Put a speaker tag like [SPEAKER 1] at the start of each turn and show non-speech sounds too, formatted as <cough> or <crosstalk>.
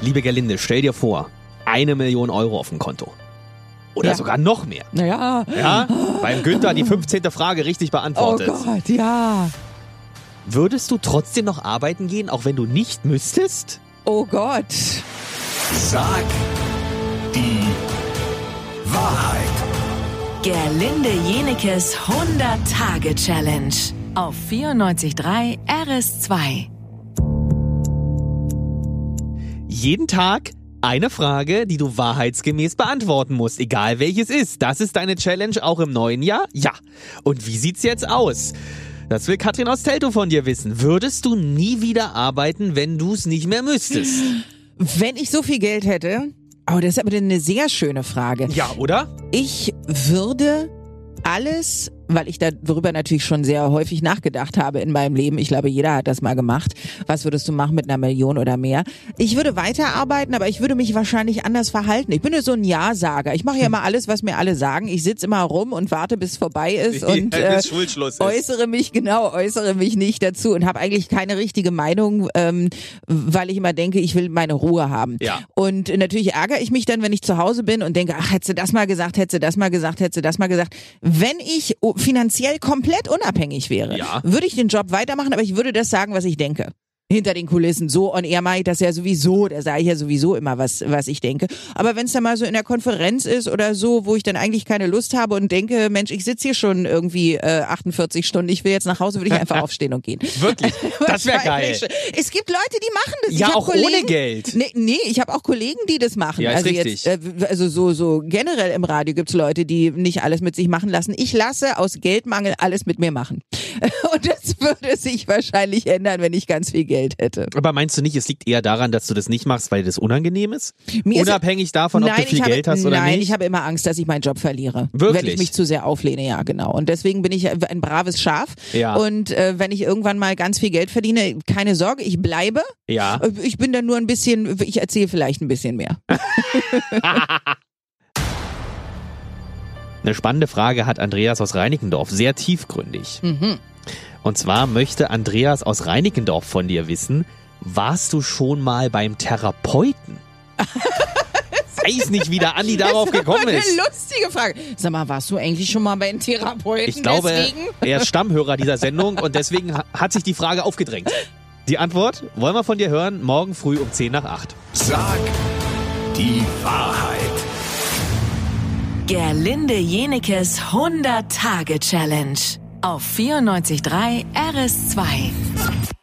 [SPEAKER 1] Liebe Gerlinde, stell dir vor, eine Million Euro auf dem Konto. Oder
[SPEAKER 2] Ja.
[SPEAKER 1] sogar noch mehr.
[SPEAKER 2] Naja.
[SPEAKER 1] Ja? Beim Günther die 15. Frage richtig
[SPEAKER 2] Oh
[SPEAKER 1] beantwortet.
[SPEAKER 2] Gott, ja.
[SPEAKER 1] Würdest du trotzdem noch arbeiten gehen, auch wenn du nicht müsstest?
[SPEAKER 2] Oh Gott.
[SPEAKER 3] Sag die Wahrheit.
[SPEAKER 4] Gerlinde Jenekes 100-Tage-Challenge auf 94.3 RS2.
[SPEAKER 1] Jeden Tag eine Frage, die du wahrheitsgemäß beantworten musst, egal welches ist. Das ist deine Challenge auch im neuen Jahr? Ja. Und wie sieht's jetzt aus? Das will Katrin aus Teltow von dir wissen. Würdest du nie wieder arbeiten, wenn du's nicht mehr müsstest?
[SPEAKER 2] <laughs> Wenn ich so viel Geld hätte. Oh, das ist aber eine sehr schöne Frage.
[SPEAKER 1] Ja, oder?
[SPEAKER 2] Ich würde alles, weil ich darüber natürlich schon sehr häufig nachgedacht habe in meinem Leben. Ich glaube, jeder hat das mal gemacht. Was würdest du machen mit einer Million oder mehr? Ich würde weiterarbeiten, aber ich würde mich wahrscheinlich anders verhalten. Ich bin ja so ein Ja-Sager. Ich mache
[SPEAKER 1] <laughs>
[SPEAKER 2] ja immer alles, was mir alle sagen. Ich sitze immer rum und warte, bis es vorbei ist und
[SPEAKER 1] Ja,
[SPEAKER 2] äh,
[SPEAKER 1] bis Schulschluss ist.
[SPEAKER 2] äußere mich genau, äußere mich nicht dazu und habe eigentlich keine richtige Meinung, ähm, weil ich immer denke, ich will meine Ruhe haben.
[SPEAKER 1] Ja.
[SPEAKER 2] Und äh, natürlich ärgere ich mich dann, wenn ich zu Hause bin und denke, ach, hätte sie das mal gesagt, hätte sie das mal gesagt, hätte sie das mal gesagt. Wenn ich oh, finanziell komplett unabhängig wäre,
[SPEAKER 1] Ja.
[SPEAKER 2] würde ich den Job weitermachen, aber ich würde das sagen, was ich denke. Hinter den Kulissen, so on air mache ich das ja sowieso, da sage ich ja sowieso immer, was, was ich denke. Aber wenn es dann mal so in der Konferenz ist oder so, wo ich dann eigentlich keine Lust habe und denke, Mensch, ich sitze hier schon irgendwie äh, 48 Stunden, ich will jetzt nach Hause, würde ich einfach aufstehen und gehen.
[SPEAKER 1] Wirklich? Das wäre geil.
[SPEAKER 2] Wahrscheinlich schon. Es gibt Leute, die machen das.
[SPEAKER 1] Ja,
[SPEAKER 2] ich hab
[SPEAKER 1] auch
[SPEAKER 2] Kollegen,
[SPEAKER 1] ohne Geld.
[SPEAKER 2] Nee, nee ich habe auch Kollegen, die das machen.
[SPEAKER 1] Ja, ist
[SPEAKER 2] also
[SPEAKER 1] richtig.
[SPEAKER 2] jetzt, äh, also so, so generell im Radio gibt's Leute, die nicht alles mit sich machen lassen. Ich lasse aus Geldmangel alles mit mir machen. <laughs> Und das würde sich wahrscheinlich ändern, wenn ich ganz viel Geld hätte.
[SPEAKER 1] Aber meinst du nicht, es liegt eher daran, dass du das nicht machst, weil das unangenehm ist?
[SPEAKER 2] Mir ist-
[SPEAKER 1] Unabhängig davon, ob
[SPEAKER 2] nein,
[SPEAKER 1] du viel
[SPEAKER 2] ich habe,
[SPEAKER 1] Geld hast oder
[SPEAKER 2] nein,
[SPEAKER 1] nicht?
[SPEAKER 2] ich habe immer Angst, dass ich meinen Job verliere. Wenn
[SPEAKER 1] Wirklich?
[SPEAKER 2] ich mich zu sehr auflehne, ja, genau. Und deswegen bin ich ein braves Schaf.
[SPEAKER 1] Ja.
[SPEAKER 2] Und äh, wenn ich irgendwann mal ganz viel Geld verdiene, keine Sorge, ich bleibe.
[SPEAKER 1] ja.
[SPEAKER 2] Äh, Ich bin dann nur ein bisschen, ich erzähle vielleicht ein bisschen mehr.
[SPEAKER 1] Eine spannende Frage hat Andreas aus Reinickendorf, sehr tiefgründig.
[SPEAKER 2] Mhm.
[SPEAKER 1] Und zwar möchte Andreas aus Reinickendorf von dir wissen, warst du schon mal beim
[SPEAKER 2] <laughs>
[SPEAKER 1] Therapeuten? Weiß nicht, wie der Andi darauf
[SPEAKER 2] <laughs>
[SPEAKER 1] gekommen
[SPEAKER 2] Eine
[SPEAKER 1] ist.
[SPEAKER 2] lustige Frage. Sag mal, warst du eigentlich schon mal bei einem Therapeuten?
[SPEAKER 1] Ich glaube,
[SPEAKER 2] Deswegen?
[SPEAKER 1] er ist Stammhörer dieser Sendung und deswegen ha- hat sich die Frage aufgedrängt. Die Antwort wollen wir von dir hören, morgen früh um 10 nach 8.
[SPEAKER 3] Sag die Wahrheit.
[SPEAKER 4] Gerlinde Jenekes 100-Tage-Challenge auf 94.3 RS2.